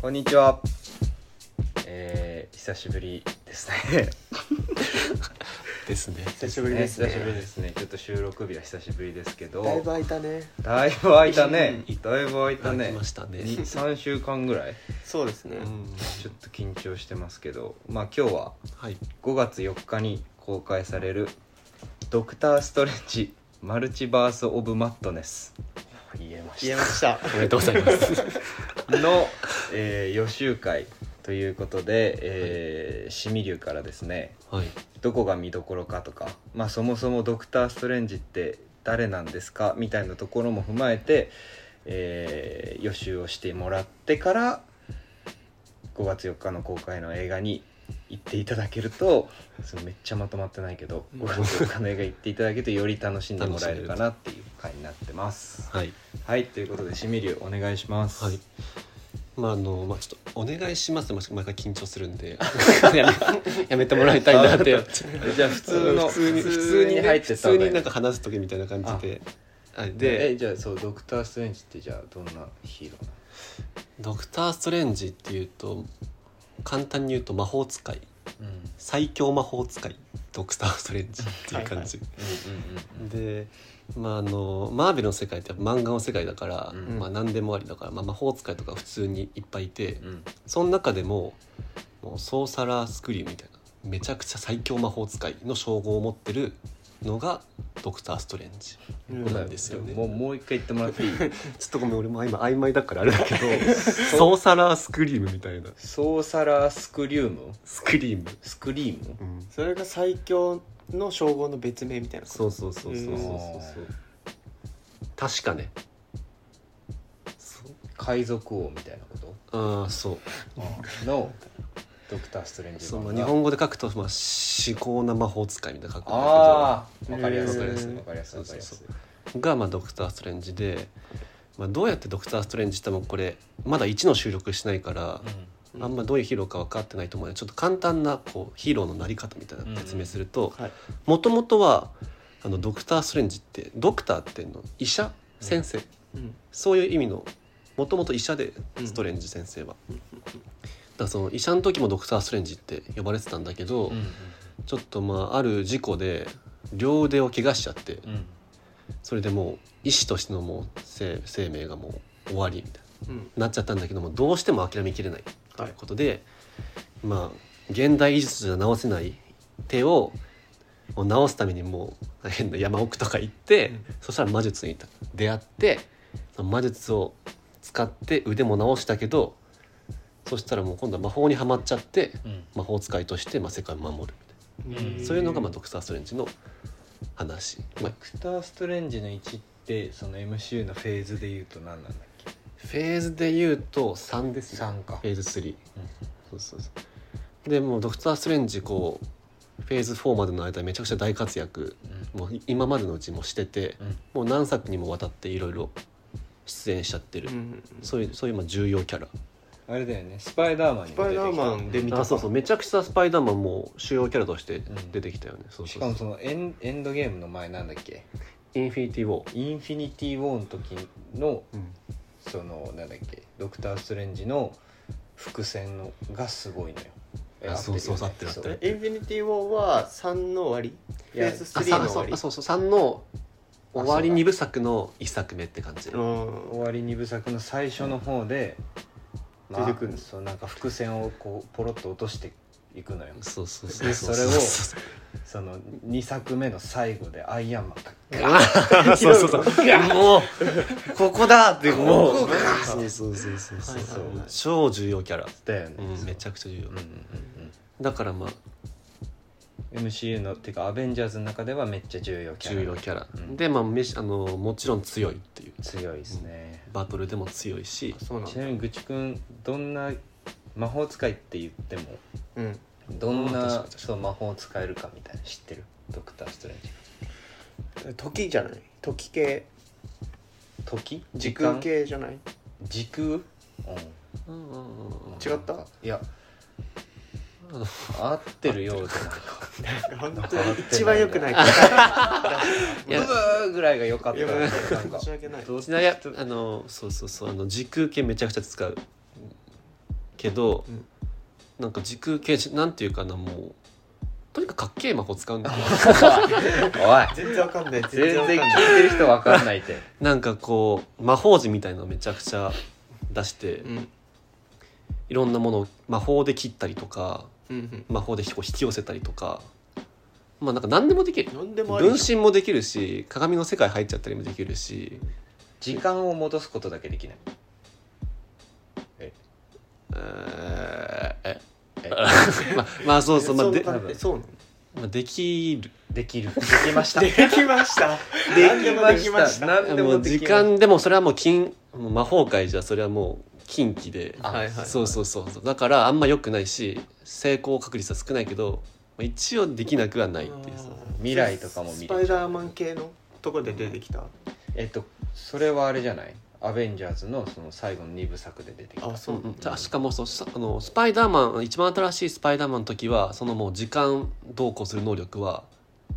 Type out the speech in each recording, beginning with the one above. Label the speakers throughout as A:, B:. A: こんにちは。
B: えー、久しぶりですね
C: ですね
B: 久しぶりですね久しぶりですねちょっと収録日は久しぶりですけど
C: だいぶ空いたね
B: だいぶ空いたねだいぶ空いた
C: 空き
B: ね
C: ましたね
B: に3週間ぐらい
A: そうですね
C: うん
B: ちょっと緊張してますけどまあ今日は
C: はい
B: 5月4日に公開される「ドクター・ストレッチマルチバース・オブ・マットネス」言えまし
A: 言え
B: た
A: ました。
C: おめでとうございます
B: の、えー予習会ということで、えー、シミ流からですね
C: はい
B: どこが見どころかとか、まあ、そもそもドクター・ストレンジって誰なんですかみたいなところも踏まえて、えー予習をしてもらってから5月4日の公開の映画に行っていただけるとそのめっちゃまとまってないけど
C: うん
B: 5月4日の映画行っていただけるとより楽しんでもらえるかなっていう回になってます。
C: はい
B: はいということでしみりゅうお願いします。
C: はいまああのまあちょっとお願いしますって毎回緊張するん で
D: やめやめてもらいたいなって
B: じゃあ普通の
C: 普通に
B: 普通に入って
C: 普
B: った方
C: 通
B: がい
C: に
B: い
C: なんか話す時みたいな感じではい
B: で
C: で
B: えじゃあそうドクター・ストレンジってじゃあどんなヒーローなの
C: ドクター・ストレンジっていうと簡単に言うと魔法使い
B: うんうんうん
C: 最強魔法使いドクター・ストレンジっていう感じでまああのマーベルの世界ってやっぱ漫画の世界だから、
B: うん
C: まあ、何でもありだから、まあ、魔法使いとか普通にいっぱいいて、
B: うんうん
C: その中でももうソーサラースクリューみたいなめちゃくちゃ最強魔法使いの称号を持ってるのがドクター・ストレンジ
A: うん
C: なんですよね、
B: もうもう一回言ってもらっていい
C: ちょっとごめん俺も今曖昧だからあれだ けどソーサラースクリームみたいな
B: ソーサラースクリューム
C: スクリーム、
B: スクリーム
C: うん、
A: それが最強の称号の別名みたいなこと。
C: そうそうそうそうそうそう
B: うん
C: 確かねそう
B: 海賊王みたいなこと
C: ああそう
B: のドクター・ストレンジ
C: そう
B: 版
C: ま
B: が
C: あ日本語で書くと、まあ、至高な魔法使いみたいな書くんだけど
B: ああわかりやすい
A: へ
B: わ
A: ー
B: かりやすいわかりやすい
C: そうが、まあ、ドクター・ストレンジで、まあ、どうやってドクター・ストレンジ多分これまだ1の収録してないから、あんまどういうヒーローか分かってないと思うのでちょっと簡単なこうヒーローのなり方みたいなのを説明すると
A: はい。
C: もともとはあのドクター・ストレンジってドクターっていうの医者先生、
A: うん。
C: そういう意味のもともと医者で
A: うん
C: ストレンジ先生は。だからその医者の時もドクター・ストレンジって呼ばれてたんだけど、
B: うん
C: ちょっとまあある事故で両腕を怪我しちゃって、
B: うん
C: それでもう医師としてのもう生生命がもう終わりみたい
A: うん。
C: ななっちゃったんだけどもどうしても諦めきれないということで、まあ現代医術じゃ治せない手をを治すためにもう変な山奥とか行って、
A: うん
C: そしたら魔術に出会ってその魔術を使って腕も治したけどそしたらもう今度は魔法にはまっちゃって
B: うん
C: 魔法使いとしてまあ世界を守るみたい
B: うん
C: なそういうのがまあドクター・ストレンジの話。まあ
B: ドクター・ストレンジの1ってその MCU のフェーズで言うと何なんだっけ
C: フェーズで言うと3ですね
B: 3か
C: フェーズ3、そうそうそうでもうドクター・ストレンジこうフェーズ4までの間めちゃくちゃ大活躍もう今までのうちもしてて、
B: うん
C: もう何作にもわたっていろいろ出演しちゃってる、
A: うん。
C: そういうそういうまあ重要キャラ
B: あれだよねスパイダーマンに
A: ス
B: も
A: パ
B: 出てき
A: イ
B: た
A: ダーマンで見たか。
C: あそうそうめちゃくちゃスパイダーマンも主要キャラとして出てきたよね、そう
B: し
C: そう
B: か
C: そう
B: もそのエンエンドゲームの前なんだっけ
C: インフィニティ・ウォー、
B: インフィニティ・ウォーの時の
C: うん
B: そのなんだっけドクター・ストレンジの伏線のがすごいのよえ
C: あそうそう
B: 合ってるよね
C: 合
B: そ
C: ってる合
B: う
C: って
A: インフィニティ・ウォーは三の終わりフ
B: いや
A: ェーズ
C: あ
A: 3
C: さ
A: の
C: あそ
A: 終わ
C: う
A: り
C: あそうそう3の終わり2部作の1作目って感じ
A: うん
B: 終わり二部作の最初の方で、
A: うん
B: まあ
A: 出てくるの
B: そうなんか伏線をこうポロッと落としていくのよ
C: そうそうそ
B: で
C: う
B: それをその2作目の最後でアイアンマンが
C: あそうそうそうもうここだってもう
B: ここか
C: そうそうそうそうそう、
A: はいはいはい
C: 超重要キャラ、
B: だよね、
C: うん、めちゃくちゃ重要、
B: うんうん
C: だからまあ
B: うんうん MCU のっていうかアベンジャーズの中ではめっちゃ重要キャラ
C: 重要キャラ、
B: うん
C: でまあめしあのもちろん強いっていう
B: 強いですね、
C: バトルでも強いし
A: そうなん
B: ち
A: だ
B: なみにぐちくんどんな魔法使いって言っても
A: うん
B: どん
C: あー確
B: な
C: かに確かに
B: そう魔法を使えるかみたいなの知ってるドクター・ストレンジ
A: 時じゃない時系
B: 時
A: 時空
B: 間
A: 系じゃない
B: 時空、うん、違
C: うんうんうんうん
A: 違った
B: い や合ってるようでなんか
A: 本当に一番良くないから
B: ブーぐらいが良かった
A: や
B: なんか
A: 申し訳ない
B: どう
C: いやいやあのそうそうそうあの時空系めちゃくちゃ使うけど、
A: うん
C: なんか時空系じなんていうかなもうとにかくかっけえ魔法使うんだよ
B: おい
A: 全然わかんない全然
B: 全
A: わか
B: 然
A: ん
B: 聞
A: ない
B: いてる人わかんないって
C: なんかこう魔法陣みたいなのめちゃくちゃ出して、
A: うん
C: いろんなものを魔法で切ったりとか
A: うん
C: 魔法でこう引き寄せたりとかまあなんか何でもできる
A: うんなんでもあり
C: 分身もできるし鏡の世界入っちゃったりもできるし
B: 時間を戻すことだけできない
C: えーえ
B: え
C: まあまあそうそう、まあ、で
A: えそうえそうなの
C: まあできる
B: できるできました
A: できました
B: できま
A: でき
B: し
A: ま
B: た
A: した
B: 何で
C: も
B: も
C: う
B: で
C: 時
B: きました
C: 間でもそれはもう金もう魔法界じゃそれはもう禁忌で
B: あ
A: はいはい
C: そうそうそうそうだからあんま良くないし成功確率は少ないけどまあ一応できなくはないっていうさ
B: 未来とかも見れ
A: ス
B: ちゃう
A: パイダーマン系のとこで出てきた
B: えっとそれはあれじゃないアベンジャーズのその最後の2部作で出てきた
A: あそう
C: うんうん、しかもそうさあのスパイダーマン一番新しいスパイダーマンの時はそのもう時間同行する能力は、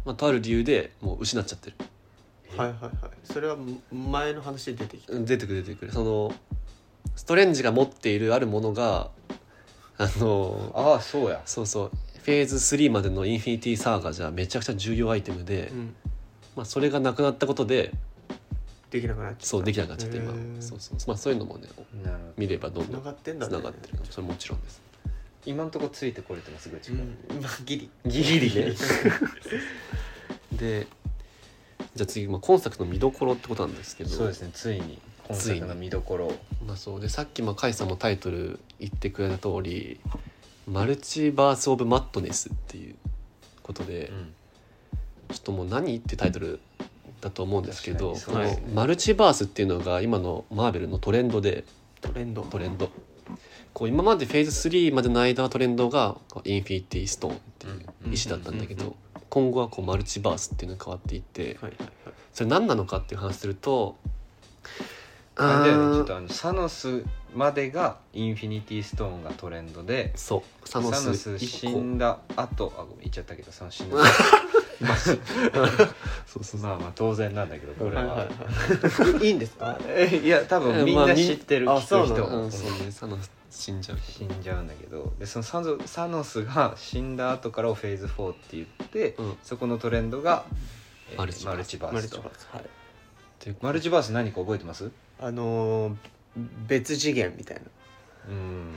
C: まあ、とある理由でもう失っちゃってる
A: はいはいはいそれは前の話で出てきた
C: うん出てくる出てくるそのストレンジが持っているあるものがあの
B: ああそうや
C: そうそうフェーズ3までのインフィニティサーガじゃめちゃくちゃ重要アイテムで、
A: うん
C: まあ、それがなくなったことで
A: できなくなっちゃった
C: そうできなくなっちゃって
A: へ
C: 今
A: ー
C: そうそうまあ、そういうのもね
B: なるほど
C: 見ればどんど
A: 繋
C: ん
A: がってんだ
C: つ
A: ね
C: ながってるそれもちろんです
B: 今んとこついてこれてますぐち
A: う
B: か
A: んまあギリ
B: ギリギリね
C: でじゃあ次、まあ、今作の見どころってことなんですけど
B: そうですねついに今作の見どころを
C: まあそうでさっきまあ甲斐さんもタイトル言ってくれた通り「マルチバース・オブ・マットネス」っていうことで、
B: うん
C: ちょっともう何ってタイトルだと思うんですけど、
B: 確
C: こ
B: かにそう
C: の
B: ですね
C: マルチバースっていうのが今のマーベルのトレンドで
A: トレンド
C: トレンドこう今までフェーズ3までの間はトレンドがこうインフィニティ・ストーンっていう石だったんだけ
A: うんうん
C: ど今後はこうマルチバースっていうのが変わっていって
A: はいはいはい
C: それ何なのかっていう話すると
B: あれだよねちょっ
C: あー
B: とあのサノスまでがインフィニティストーンがトレンドで
C: そうサ
B: サ
C: ノ
B: ノ
C: ス
B: ス
C: 一
B: 死
C: 個
B: んだ後あごめん言っちゃったけどサノス 死んだ
C: そうそうそう
B: まあまあ当然なんだけどこれ
A: はいはい
B: は
A: はいいいんで すか
B: えいや多分みん
C: まあ
B: な
C: みん
B: 知ってる
A: あ
B: 聞く
A: そう
B: 人
A: な
C: う
B: も
C: ん、そうね、サノス死んじゃうけ
B: 死んじゃうんだけどでそのサノサノスが死んだ後からをフェーズ4って言って、
C: ど。うん、
B: そこのトレンドが、えー
C: マルチバース
B: マルチバ
A: マ
B: ー
A: ル
B: ス
A: チ
B: と
A: バースはい
C: で
B: マルチバース何か覚えてます
A: あのー別次元みたい
B: うん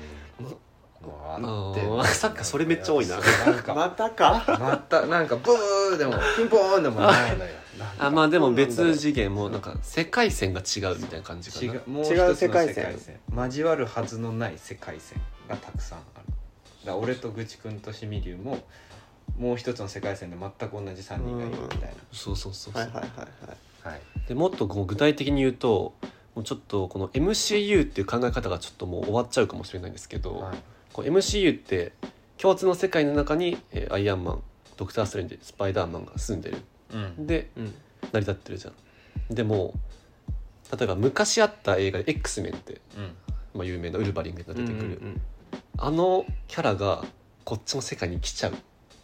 C: あ
B: もう
C: ーサッカーそれめっちゃ多いな
B: なん
A: な
B: か
A: またか
B: またなんかブーでもピンポーンでもないのよなんか
C: あまあでも別次元もなんか世界線が違うみたいな感じかな
B: 違うもう一つ
A: 違
B: の
A: う世
B: 世
A: 界
B: 界
A: 線
B: 線交わるはずのない世界線がたくさんあるだから俺とぐちくんとしみりゅうももう一つの世界線で全く同じ3人がいるみたい
C: そうそうそうそう、
A: はいはいはいはい
B: な、はい、
C: でもっとこう具体的に言うともうちょっとこの MCU っていう考え方がちょっともう終わっちゃうかもしれないんですけど、
B: はい
C: こう MCU って共通の世界の中に、えーアイアンマンドクター・ストレンジスパイダーマンが住んでる
B: うん
C: で
A: うん
C: 成り立ってるじゃんでも例えば昔あった映画で X メンって、
B: うん
C: まあ、有名なウルヴァリンが出てくる、
A: うん
C: あのキャラがこっちの世界に来ちゃうっ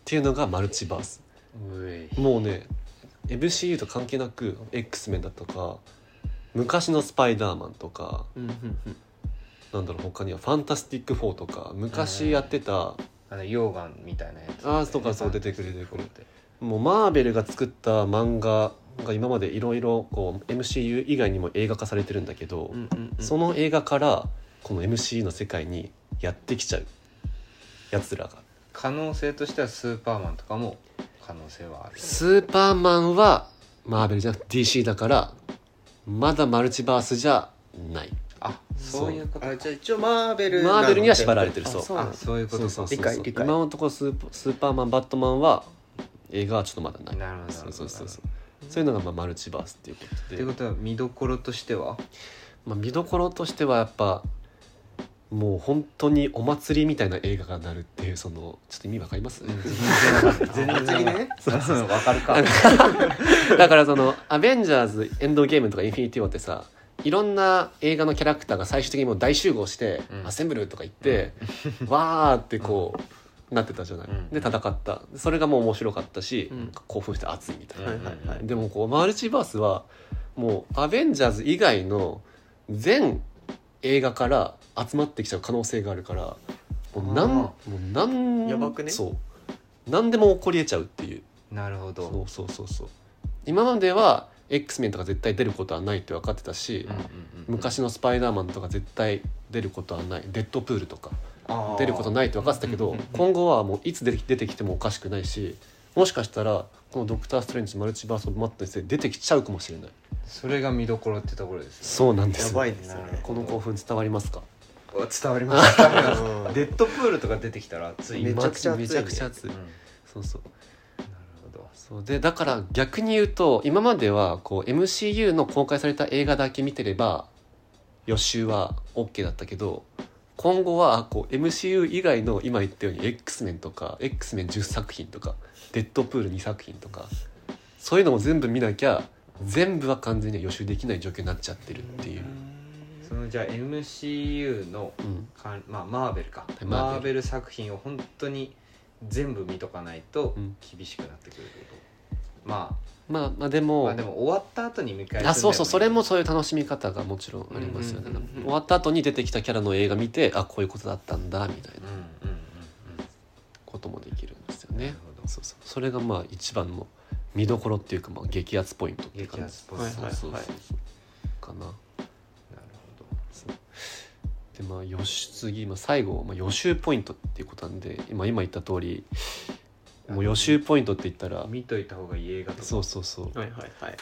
C: ていうのがマルチバースもうね MCU と関係なく X メンだとか昔のスパイダーマンとか
A: うんうんうんうん
C: なんだろう他には「ファンタスティック4」とか昔やってた
B: あの溶岩みたいなやつ
C: あーそうかそう出てくる出てくる
B: って
C: もうマーベルが作った漫画が今までいろいろこう MCU 以外にも映画化されてるんだけど、
A: うんうんうん
C: その映画からこの MCU の世界にやってきちゃうやつらが
B: 可能性としてはスーパーマンとかも可能性はある
C: スーパーマンはマーベルじゃなくて DC だからまだマルチバースじゃない
B: あそういうこと
A: あじゃあ一応マーベルなの
C: マ
A: で
C: ーベルには縛られてるそう
A: あそうなん
B: あ
A: だ
B: そういうこ
C: そ
B: とか
C: うそうそうそう
A: 理解理解
C: 今のところスーパースーパーマンバットマンは映画はちょっとまだない
B: なるほどなる
C: そ
B: ほ
C: う
B: ど
C: そうそうそう
A: ど
C: そういうのがまあマルチバースっていうこと
B: っ
C: で
B: てことは見どころとしては
C: まあ、見どころとしてはやっぱもう本当にお祭りみたいな映画がなるっていうそのちょっと意味わかります、
B: 全然
A: 次ね
B: うんわかるか
C: だからその「アベンジャーズエンドゲーム」とか「インフィニティ・ウォー」ってさいろんな映画のキャラクターが最終的にもう大集合して「
B: うん
C: アセンブル!」とか言って、わーってこうなってたじゃない、
B: うん
C: で戦ったそれがもう面白かったし、
A: うん
C: 興奮して熱いみたいな、
A: はいはいはい
C: でもこうマルチバースはもう「アベンジャーズ」以外の全映画から集まってきちゃう可能性があるからもう
B: あ
C: な
B: ー
C: んもうなん
A: やばくね
C: そう何でも起こりえちゃうっていう
B: なるほど
C: そうそうそうそう今までは X メンとか絶対出ることはないって分かってたし、
B: うんうんうん
C: 昔の「スパイダーマン」とか絶対出ることはない「デッドプール」とか
B: あー
C: 出ることないって分かってたけど、
A: うんうんうんうん
C: 今後はもういつ出て出てきてもおかしくないしもしかしたらこの「ドクター・ストレンジマルチバース・オブ・マットネス」で出てきちゃうかもしれない
B: それが見どころってところです
C: そうなんです
A: やばいですよ
B: なる
A: ね
B: ほ
C: この興奮伝わりますか
B: ね伝わります伝わりま
A: う
B: す
A: ん
B: デッドプールとか出てきたらつい
A: めちゃくちゃ熱
C: め
A: いね
C: ちゃくちゃ熱い、
B: うんなる
C: そうそう
B: ほど
C: そうでだから逆に言うと今まではこう MCU の公開された映画だけ見てれば予習は OK だったけど今後はこう MCU 以外の今言ったように X メンとか X メン10作品とかデッドプール2作品とかそういうのも全部見なきゃ全部は完全には予習できない状況になっちゃってるっていう、
B: そのじゃあ MCU の
C: うん、
B: かんまあマーベルか
C: いマーベル
B: マーベル作品を本当に全部見とかないと
C: うん
B: 厳しくなってくるけど、ま
C: まあまあで
B: あ
C: も,、
B: まあでも終わった後に見返すんだよね
C: あそうそうそれもそういう楽しみ方がもちろんありますよね、
A: うんうんうんうん
C: 終わった後に出てきたキャラの映画見てあこういうことだったんだみたいな
B: うんうんうん
C: こともできるんですよ
B: うんな
C: ね
B: る。ほど
C: そうそうそれがまあ一番の見どころっていうかまあ激アツポイントっていう
B: 激
C: 感
B: ア
C: じ
B: ツポス
C: そ
B: ター
C: うそうそう
A: はいはいはい
C: かな。
B: なるほど
C: でまあ予習次、まあ、最後、まあ、予習ポイントっていうことなんで今今言った通りもう予習ポイントって言ったら
B: 見といた方がいい映画とか
C: そうそうそう
A: はいはいはい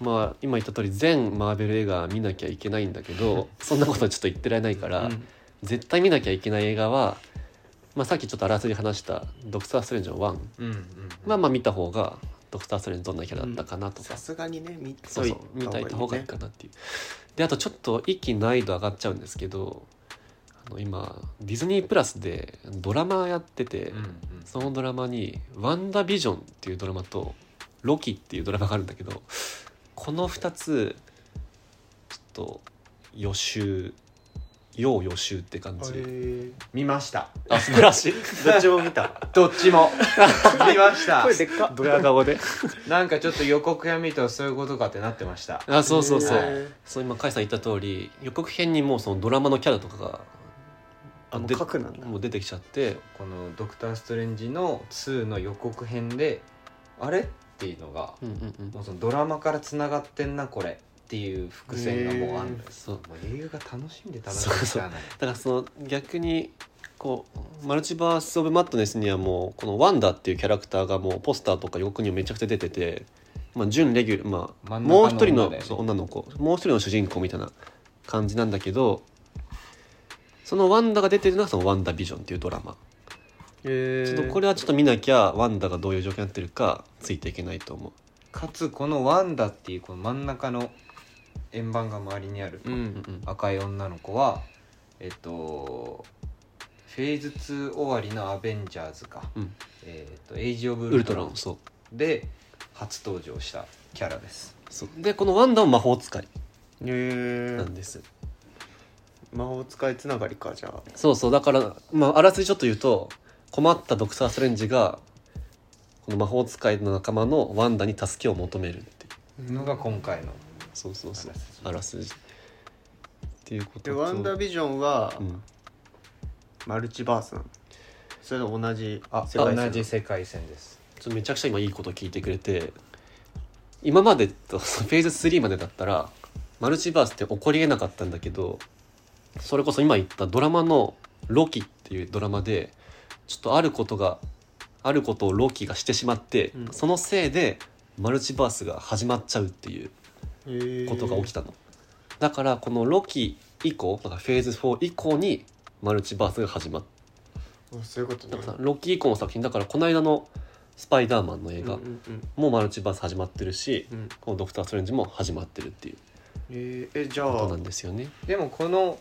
C: まあ今言った通り全マーベル映画見なきゃいけないんだけどそんなことはちょっと言ってられないから、
A: うん
C: 絶対見なきゃいけない映画は、まあ、さっきちょっとあらすじ話した「ドクター・ストレンジの1
B: うんうん、」
C: まあまあ見た方が「ドクター・ストレンジどんなキャラだったかなとか
A: さ、すがにね見
C: そう
A: と
C: そう
A: い
C: 見たい
A: た
C: 方
A: 方
C: がい
A: がい
C: い
A: い
C: か
A: ね
C: なっていうであとちょっと一気に難易度上がっちゃうんですけどあの今ディズニープラスでドラマやってて、
B: うんうん
C: そのドラマに「ワンダービジョン」っていうドラマと「ロキ」っていうドラマがあるんだけどこの2つちょっと予習要予習って感じ、
A: へ
B: 見ま した
C: あ素晴らしい
A: ーどっちも見た
B: どっちも見ました
A: 声でっか
C: ドヤ顔で
B: なんかちょっと予告編見たらそういうことかってなってました
C: あそうそうそう、
B: へー
C: そう今甲斐さん言った通り予告編にもうそのドラマのキャラとかが
A: あもう
C: で
A: 核なんだ
C: もう出てきちゃって
B: この「ドクター・ストレンジ」の2の予告編であれっていうのが
C: うんうんうん
B: もうそのドラマからつながってんなこれっていう伏線がもうあるんです
C: そう
B: もう映画が楽しんで楽しんでしゃあない
C: だからその逆にこうマルチバース・オブ・マットネスにはもうこのワンダっていうキャラクターがもうポスターとか予告にもめちゃくちゃ出てて、まあ、準レギュラー、まあ、
B: 真ん中の
C: もう一人の
B: 女だよね
C: そう女の子もう一人の主人公みたいな感じなんだけどそのワンダが出てるのはその「ワンダビジョン」っていうドラマ
A: へ
C: ちょ
A: ー
C: っとこれはちょっと見なきゃワンダがどういう状況になってるかついていけないと思う
B: かつこのワンダっていうこの真ん中の円盤が周りにある
A: うん
C: うん
B: 赤い女の子はえっとフェーズ2終わりの「アベンジャーズか」
C: うん
B: えっと「エイジ・オブ・ウ
C: うんウ
B: ル
C: ル
B: ト
C: ト
B: ラ
C: ラ
B: ン
C: ンそう」
B: で初登場したキャラです
C: そうでこのワンダも魔法使い
A: へえ
C: なんです、
A: 魔法使いつながりかじゃあ
C: そうそうだから、まあ、あらすじちょっと言うと困ったドクター・ストレンジがこの魔法使いの仲間のワンダに助けを求めるっていう
B: のが今回の
C: そうそうそう
B: あ
C: あらすじっていうこと
A: で
C: と
A: ワンダービジョンは
C: うん
A: マルチバースなのそれと同じ
B: あ
A: 世界線
B: 同じ世界線です
C: ちょっとめちゃくちゃ今いいこと聞いてくれて今までとフェーズ3までだったらマルチバースって起こりえなかったんだけどそれこそ今言ったドラマの「ロキ」っていうドラマでちょっとあることがあることをロキがしてしまって、
A: うん
C: そのせいでマルチバースが始まっちゃうっていうことが起き
A: た
C: たの、だからこの「ロキ」以降だからフェーズ4以降にマルチバースが始まっ
A: そういうこと
C: ただ
A: ね
C: からさロキ以降の作品だからこの間の「スパイダーマン」の映
A: うんう
C: 画、
A: ん
C: もうマルチバース始まってるし、
A: うんうん
C: この「ドクター・ストレンジ」も始まってるっていう
A: えーえじゃ
C: ことな
A: あ
C: んですよね。
B: でもこの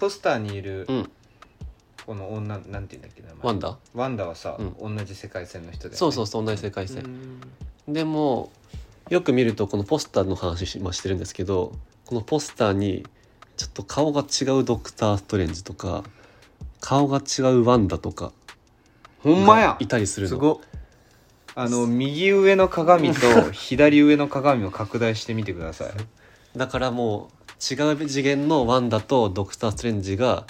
B: ポスターにいる
C: うん、
B: この女なんて言うんだっけ名前
C: ワンダ
B: ワンダはさ、
C: う
B: 同じ世界線の人だよね
C: そうそうそう同じ世界
A: う
C: 線、
A: ん
C: でもよく見るとこのポスターの話し,、まあしてるんですけどこのポスターにちょっと顔が違うドクター・ストレンジとか顔が違うワンダとか
B: ほんまや
C: いたりする
B: す
C: の
B: ごっあの右上の鏡と左上の鏡を拡大してみてください
C: だからもう違う次元のワンダとドクター・ストレンジが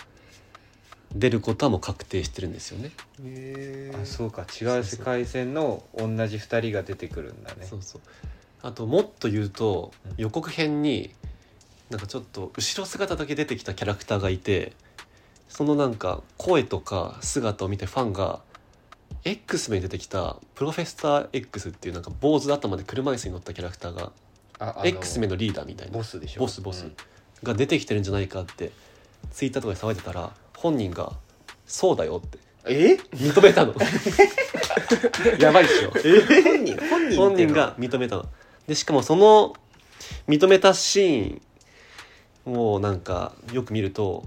C: 出ることはもう確定してるんですよね。
A: え
B: あそうか違う世界線の同じ2人が出てくるんだね
C: そうそうあともっと言うと
B: うん
C: 予告編になんかちょっと後ろ姿だけ出てきたキャラクターがいてそのなんか声とか姿を見てファンが X 面に出てきたプロフェッサー X っていうなんか坊主頭で車椅子に乗ったキャラクターが
B: ああの
C: X 面のリーダーみたいな
B: ボスでしょ
C: ボスボス
B: うん
C: が出てきてるんじゃないかってツイッターとかで騒いでたら本人が「そうだよ」って
B: え
C: 認めたのやばいっしょ
A: 本人本人
C: 本
A: っていう
C: 人
A: のは
C: が認めたのでしかもその認めたシーンをなんかよく見ると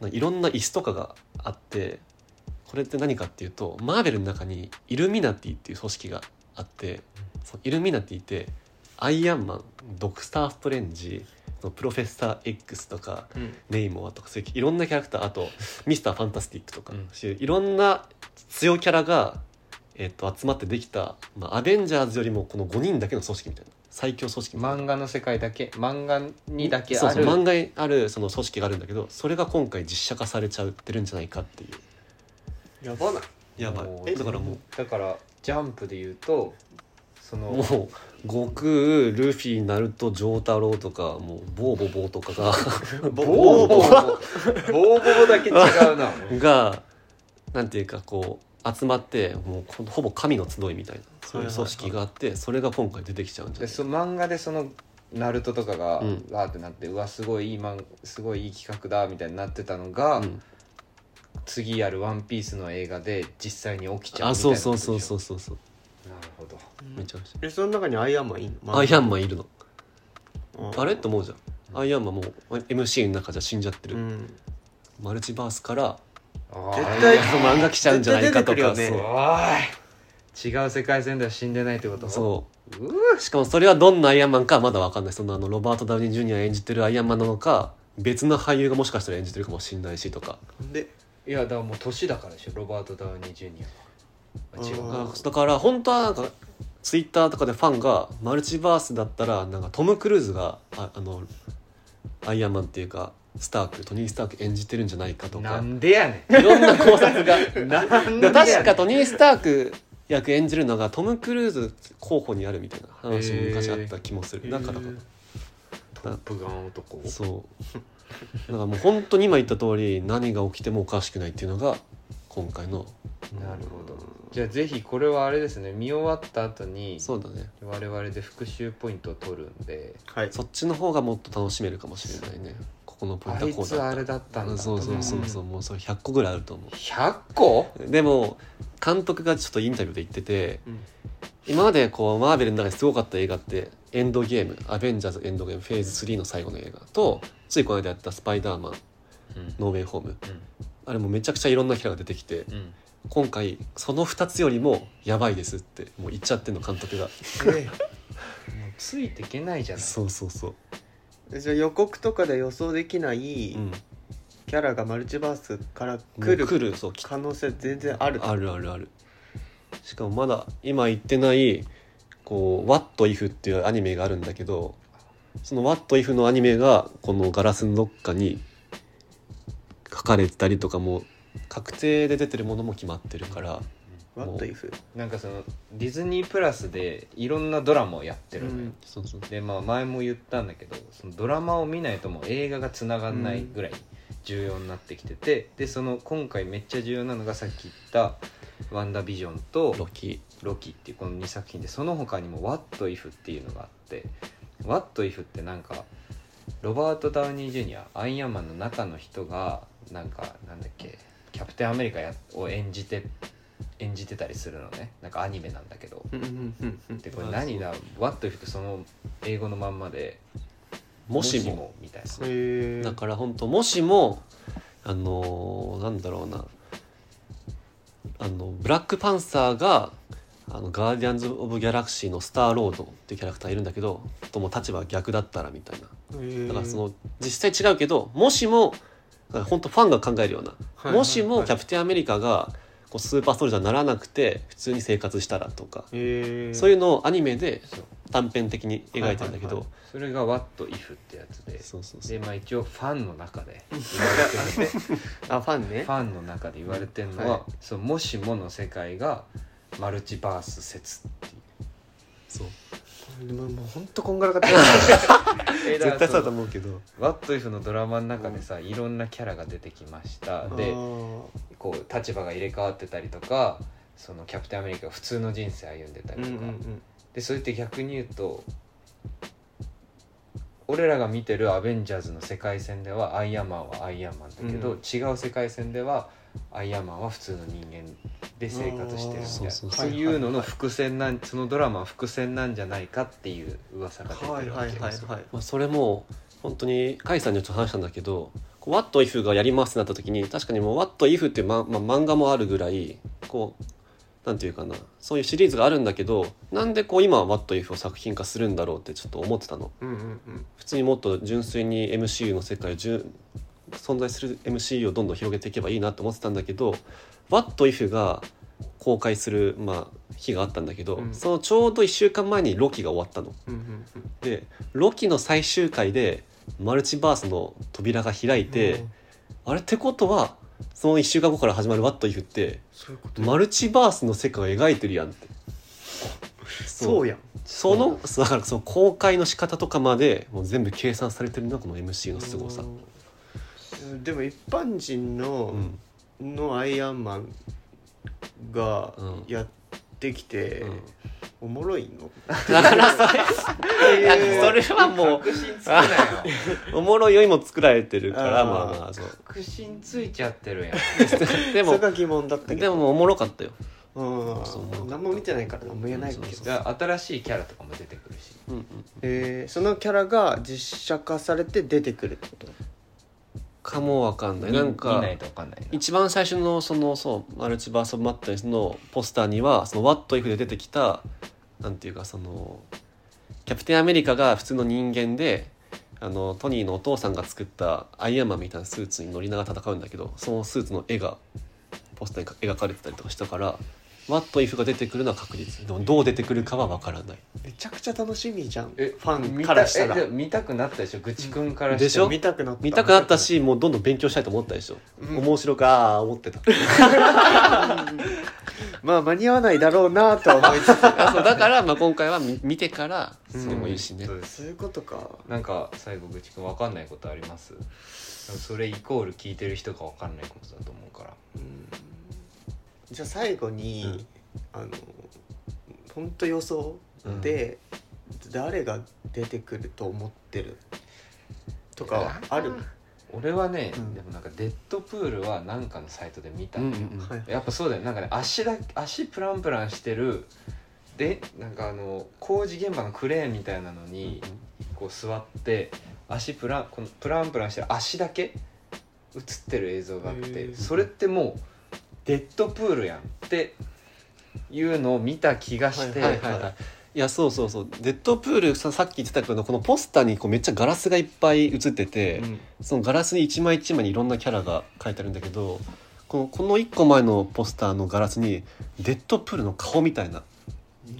C: なんかいろんな椅子とかがあってこれって何かっていうとマーベルの中にイルミナティっていう組織があってそのイルミナティってアイアンマンドクター・ストレンジそのプロフェッサー X とか
A: うん
C: ネイモアとかそういういろんなキャラクターあとミスター・ファンタスティックとか、
B: うん
C: そういういろんな強いキャラが、えっと集まってできた、まあ、アベンジャーズよりもこの5人だけの組織みたいな最強組織みたいな
B: 漫画の世界だけ漫画にだけ
C: そう
B: あ
C: そう
B: る
C: 漫画にあるその組織があるんだけどそれが今回実写化されちゃうってるんじゃないかっていう
A: やばない
C: やば
B: もう
C: いだからもう
B: だからジャンプで言うとその
C: もう悟空ルフィナルト丈太郎とかもうボーボボーとかが
B: ボーボーボーボーボーだけ違う な
C: がなんていうかこう集まってもうこほぼ神の集いみたいなそういう組織があってそれが今回出てきちゃうんじゃ
B: で
C: ない
B: その漫画でそのナルトとかが
C: うん
B: わーってなって、うわすごいいいマンすごいいい企画だみたいになってたのが、
C: うん
B: 次やる「ワンピースの映画で実際に起きちゃう
C: あ
B: みたい
C: そう
B: なこと
C: そう
B: でしょ
C: そうそうそうそう
B: なるほど
C: めちゃめち
A: えその中にアイアンマンいい
C: ゃ
A: の
C: アイアンマンいるの
A: マ
C: あれと思うじゃんアイアンマンもう MC の中じゃ死んじゃってる、
A: うん
C: マルチバースから
B: あー
A: 絶対
B: あ
C: その漫画来ちゃうんじゃないかとか、
A: 絶対出て
B: れ
A: くるよ
B: おい違う世界線では死んでないってこと
C: そうそう
B: う
C: しかもそれはどんなアイアンマンかはまだわかんないそのあのロバート・ダウニー・ジュニア演じてるアイアンマンなのか別の俳優がもしかしたら演じてるかもしれないしとか
A: で
B: いやだからもう年だからでしょロバート・ダウニー・ジュニアはあ違う
A: あー
B: な
C: あだから本当はなんかツイッターとかでファンがマルチバースだったらなんかトム・クルーズがああのアイアンマンっていうかスタークトニー・スターク演じてるんじゃないかと
B: な
C: か
B: んでやね
C: いろんな考察が
B: んなんで
C: で
B: やねん
C: 確かトニー・スターク役演じるのがトム・クルーズ候補にあるみたいな話も昔あった気もするだからかな
B: トップガン男
C: そうだからもう本当に今言った通り何が起きてもおかしくないっていうのが今回の
B: なるほどじゃあぜひこれはあれですね見終わった後に
C: そうだね
B: 我々で復習ポイントを取るんで
A: はい
C: そっちの方がもっと楽しめるかもしれないねここのポイン
B: あ
C: トはいこう
B: つ
C: だ
B: あ
C: っ
B: れだった
C: た
B: んだ
C: そうそうそうそうもうそれ100個ぐらいあると思
B: 100個
C: うでも監督がちょっとインタビューで言ってて
A: うん
C: 今までこうマーベルの中ですごかった映画って「エンドゲーム」「アベンジャーズエンドゲーム」フェーズ3の最後の映画とついこの間やった「スパイダーマンノーウェイホーム」あれもめちゃくちゃいろんなキャラが出てきて
B: うん
C: 今回その2つよりもやばいですってもう言っちゃってんの監督が
B: もうついていけないじゃない
C: そうそうそう、
A: えじゃあ予告とかで予想できない
C: うん、
A: キャラがマルチバースから来る
C: 来るそうき
A: 可能性全然ある
C: あるあるあるしかもまだ今言ってないこう「What If」っていうアニメがあるんだけどその「What If」のアニメがこのガラスのどっかに書かれてたりとかも確定で出てるものも決まってるから
A: ワットイフ
B: なんかそのディズニープラスでいろんなドラマをやってるのよ、
A: うん
C: そうそう
B: でまあ前も言ったんだけどそのドラマを見ないともう映画がつながんないぐらい重要になってきてて、でその今回めっちゃ重要なのがさっき言った「ワンダービジョン」と
C: ロキ
B: ロキっていうこの2作品でその他にも「What If」っていうのがあって「What If」ってなんかロバート・ダウニー・ジュニアアイアンマンの中の人がなんかなんだっけキャプテン・アメリカやを演じて演じてたりするのねなんかアニメなんだけど
A: うんうんうんうん
B: でこれ何だ「What If」ってその英語のまんまで「
C: もしも
B: みたい
C: そ
B: な
A: へえ
C: だから本当もしもあのーなんだろうなあのブラックパンサーがあのガーディアンズ・オブ・ギャラクシーのスター・ロードっていうキャラクターいるんだけどとも立場が逆だったらみたいなだからその実際違うけどもしもだから本当ファンが考えるような、
A: はい
C: もしもキャプテンアメリカがここうスーパーソルジャーにならなくて普通に生活したらとか、
A: え
C: そう
A: い
C: いうのをアニメで短編的に描いてるんだけど、
A: はいはいは
B: それが「What If」ってやつで
C: そうそうそう
B: で、まあ、一応ファンの中で
A: あファンね
B: ファンの中で言われてるのは、
A: はい
B: そうもしもの世界がマルチバース説っていう
C: そう
A: もうもう本当こんがらかった
C: 絶対そうだと思うけど
B: 「What If」のドラマの中でさ、いろんなキャラが出てきましたで
A: あー
B: こう立場が入れ替わってたりとかそのキャプテンアメリカが普通の人生歩んでた
A: う
B: りと
A: んうん
B: か、
A: うん
B: でそれって逆に言うと俺らが見てる「アベンジャーズ」の世界線ではアイアンマンはアイアンマンだけど、
A: うん
B: 違う世界線ではアイアンマンは普通の人間で生活してるみたいな
A: あー
B: そう
C: そうそう
A: そう
B: いうのの伏線なんそのドラマは伏線なんじゃないかっていう噂が出て
A: はい
B: るわ
A: はい
B: け
A: は
B: で
A: い
B: すよ
A: はい
C: まあ、それも本当に甲斐さんにちょっと話したんだけど「こう What if」がやりますってなった時に確かにもう「What if」っていう、ままあ、漫画もあるぐらいこうなんていうかなそういうシリーズがあるんだけどなんでこう今は「What if」を作品化するんだろうってちょっと思ってたの
A: うんうんうん
C: 普通にもっと純粋に MCU の世界をじゅ存在する MCU をどんどん広げていけばいいなと思ってたんだけど「What if」が公開する、まあ、日があったんだけど、
A: うん
C: そのちょうど1週間前にロキが終わったの。
A: うんうんうん
C: でロキの最終回でマルチバースの扉が開いて、
A: うん
C: あれってことはその1週間後から始まる「What If」って
A: そういうこと
C: マルチバースの世界を描いてるやんって
A: そう
C: や
A: やん
C: そのそうだからその公開の仕方とかまでもう全部計算されてるのがこの MC の凄さ、
A: うんでも一般人
C: う
A: の、
C: ん、
A: のアイアンマンが
C: うん
A: やってきて、
C: うん
A: おもろい の
C: だからそれそれはも
B: 確信つくな よ
C: うおもろいよりも作られてるから
A: あー
C: まあまあそう
B: 確信ついちゃってるやん
C: で
A: それ
C: も
A: が疑問だったけ
C: で
A: ど
C: もおもろかったよ、そう思
A: うん、
C: う
A: 何も見てないから何も言えないけど
C: そうそう
B: だから新しいキャラとかも出てくるし
C: うんうん、
A: えーそのキャラが実写化されて出てくるってこと
C: かもわかんない
B: 見
C: なんか
B: 見ないと分かんないな
C: 一番最初のそのそうマルチバース・オブ・マットネスのポスターにはその「What If」で出てきたなんていうかそのキャプテンアメリカが普通の人間であのトニーのお父さんが作ったアイアンマンみたいなスーツに乗りながら戦うんだけどそのスーツの絵がポスターにか描かれてたりとかしたから「What If」が出てくるのは確実でもどう出てくるかは分からない
A: めちゃくちゃ楽しみじゃんフ
B: え
A: ァンからしたら
B: 見たえでも見たくなったでしょ愚痴くんから
C: でしょ
A: 見たくなった
C: 見たくなったしもうどんどん勉強したいと思ったでしょ、
A: うん
C: 面白かー思ってた
A: まあ間に合わないだろうなとは思い つつ
C: あそうだから、まあ、今回は見見てからそれもいいしね、
B: そうで
A: そ
B: す
A: ういうことか
B: なんか最後愚痴くん分かんないことありますそれイコール聞いてる人が分かんないことだと思うから
A: うんじゃあ最後に、あの本当予想で、誰が出てくると思ってるとかはある、
B: 俺はね、
A: うん
B: でもなんかデッドプールはなんかのサイトで見た、
C: うんうんうん
A: はい
B: やっぱそうだよなんかね足だ足プランプランしてるでなんかあの工事現場のクレーンみたいなのにこう座って足プランこのプランプランしてる足だけ映ってる映像があっ
A: へ
B: て
A: ー
B: それってもうデッドプールやんっていうのを見た気がして、
C: はいはいはいいやそうそうそうデッドプールささっき言ってたけどこのポスターにこうめっちゃガラスがいっぱい映ってて、
A: うん
C: そのガラスに一枚一枚にいろんなキャラが書いてあるんだけどこのこの1個前のポスターのガラスにデッドプールの顔みたいな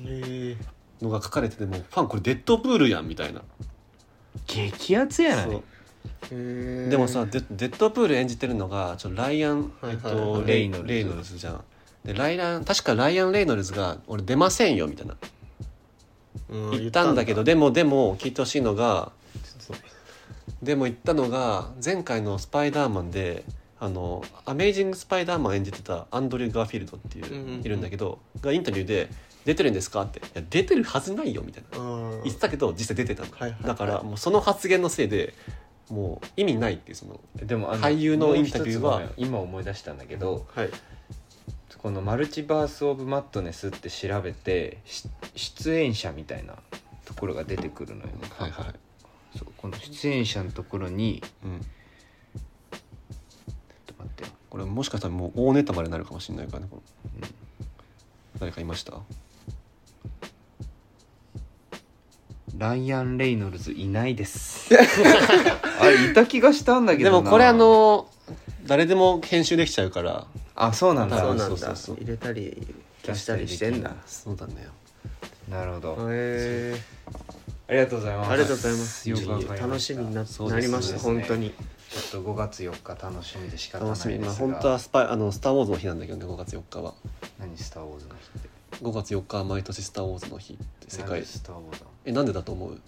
A: え
C: のが書かれててもうファンこれデッドプールやんみたいな、
B: 激アツや
C: そう
A: ー
C: でもさデデッドプール演じてるのがちょライアン、
A: は
C: え
A: い
C: っ
A: はいはいは
C: と、
A: い
C: レイノレイノルズじゃんでライアン確かライアン・レイノルズが「俺出ませんよ」みたいな
A: うん
C: 言ったんだけどでもでも聞いてほしいのがでも言ったのが前回の「スパイダーマンで」あのアメイジング・スパイダーマン演じてたアンドリュー・ガーフィールドっていう、
A: うんうんうん
C: いるんだけどがインタビューで「出てるんですか?」って「いや出てるはずないよ」みたいな
A: うん
C: 言ってたけど実際出てたの、
A: はいはいはい
C: だからもうその発言のせいでもう意味ないっていうその
B: でもあ
C: 俳優のインタビューは
B: もう一つごめん今思い出したんだけど、
A: はい
B: この「マルチバース・オブ・マットネス」って調べてし出演者みたいなところが出てくるのよ、
C: はいはい
B: そうこの出演者のところに
C: うん
B: ちょっと待ってよ
C: これもしかしたらもう大ネタまでになるかもしれないからねこの誰かいました
B: ライアン・レイノルズいないですあれいた気がしたんだけ
C: で
B: どな
C: もこれあの誰でも編集できちゃうから
B: あそうなんだ
A: そうなんだ
C: そうそうそう
A: 入れたり消したりしてんだへ
C: そうだね
B: なるほど、
A: え
B: ありがとうございます
A: ありがとうございます
B: よくわかりました
A: 楽しみにな,、
C: そうです
A: なりました
B: そう
A: 本
B: ですね
A: 当に
B: ちょっと5月4日楽しみで仕方ない
C: 楽
B: です
C: し
B: が
C: みまあ本当はスパイあの「スター・ウォーズ」の日なんだけどね5月4日は
B: 何スター・ウォーズの日って
C: 5月4日は毎年「スター・ウォーズ」の日って世
B: なん
C: 界
B: でスター・ウォーズなの
C: えなんでだと思う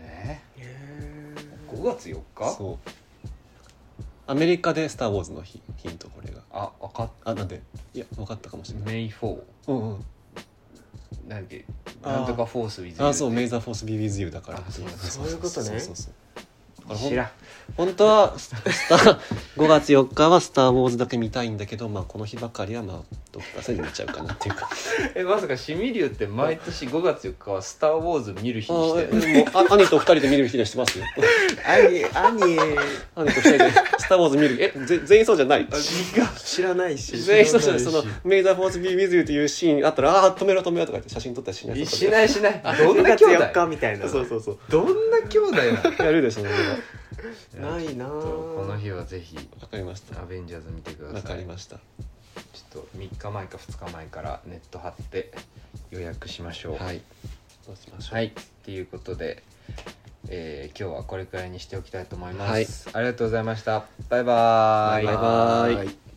B: え
A: へ
B: ー、5月4日
C: そうアメリカで「スター・ウォーズ」の日ヒントこれが
B: あ分かっ
C: あなんでいや分かったかもしれない、
B: メイ・フォー
C: うんうん
B: なんだっけ
A: あー
B: なんとかフォース・ウィズ・
C: あそう「メイ
B: ズ
C: ザー・フォース・ビー・ウィズ・ユー」だから
B: あそうなんだ
A: そういうことね
C: そうそうそうだからほん
B: 知らん
C: 本当はススター5月4日は「スター・ウォーズ」だけ見たいんだけど、まあ、この日ばかりはまあドクター・ストレンジ見ちゃうかなっていうか
B: えまさかシミリュウって毎年5月4日は「スター・ウォーズ」見る日にしてるの
C: もう あ兄と二人で見る日にしてますよ
A: え兄
C: 兄
A: 兄
C: と二人で「スター・ウォーズ」見る えぜ全員そうじゃない
A: 知らないし
C: 全員そうじゃない
B: 知
C: そ
B: らない
C: の
B: し
C: 「メイザー・フォース・ビー・ウィズ・ユー」っていうシーンあったら「ああー止めろ止めろ」とか言って写真撮ったりしない
B: え
C: とか
B: しないしないどんな
A: 5月
B: 兄
A: 4日
B: 弟
A: みたいな
C: そうそうそう
B: どんな兄弟なの
C: やるでしょそれは
A: ないなあ
B: この日はぜひ
C: わかりました
B: アベンジャーズ見てくだ
C: わか
B: さい
C: りました
B: ちょっと3日前か2日前からネット貼って予約しましょう
C: はいそうしましょう、
B: はいっていうことで、えー今日はこれくらいにしておきたいと思います、ありがとうございましたバイバーイ
C: バイバーイ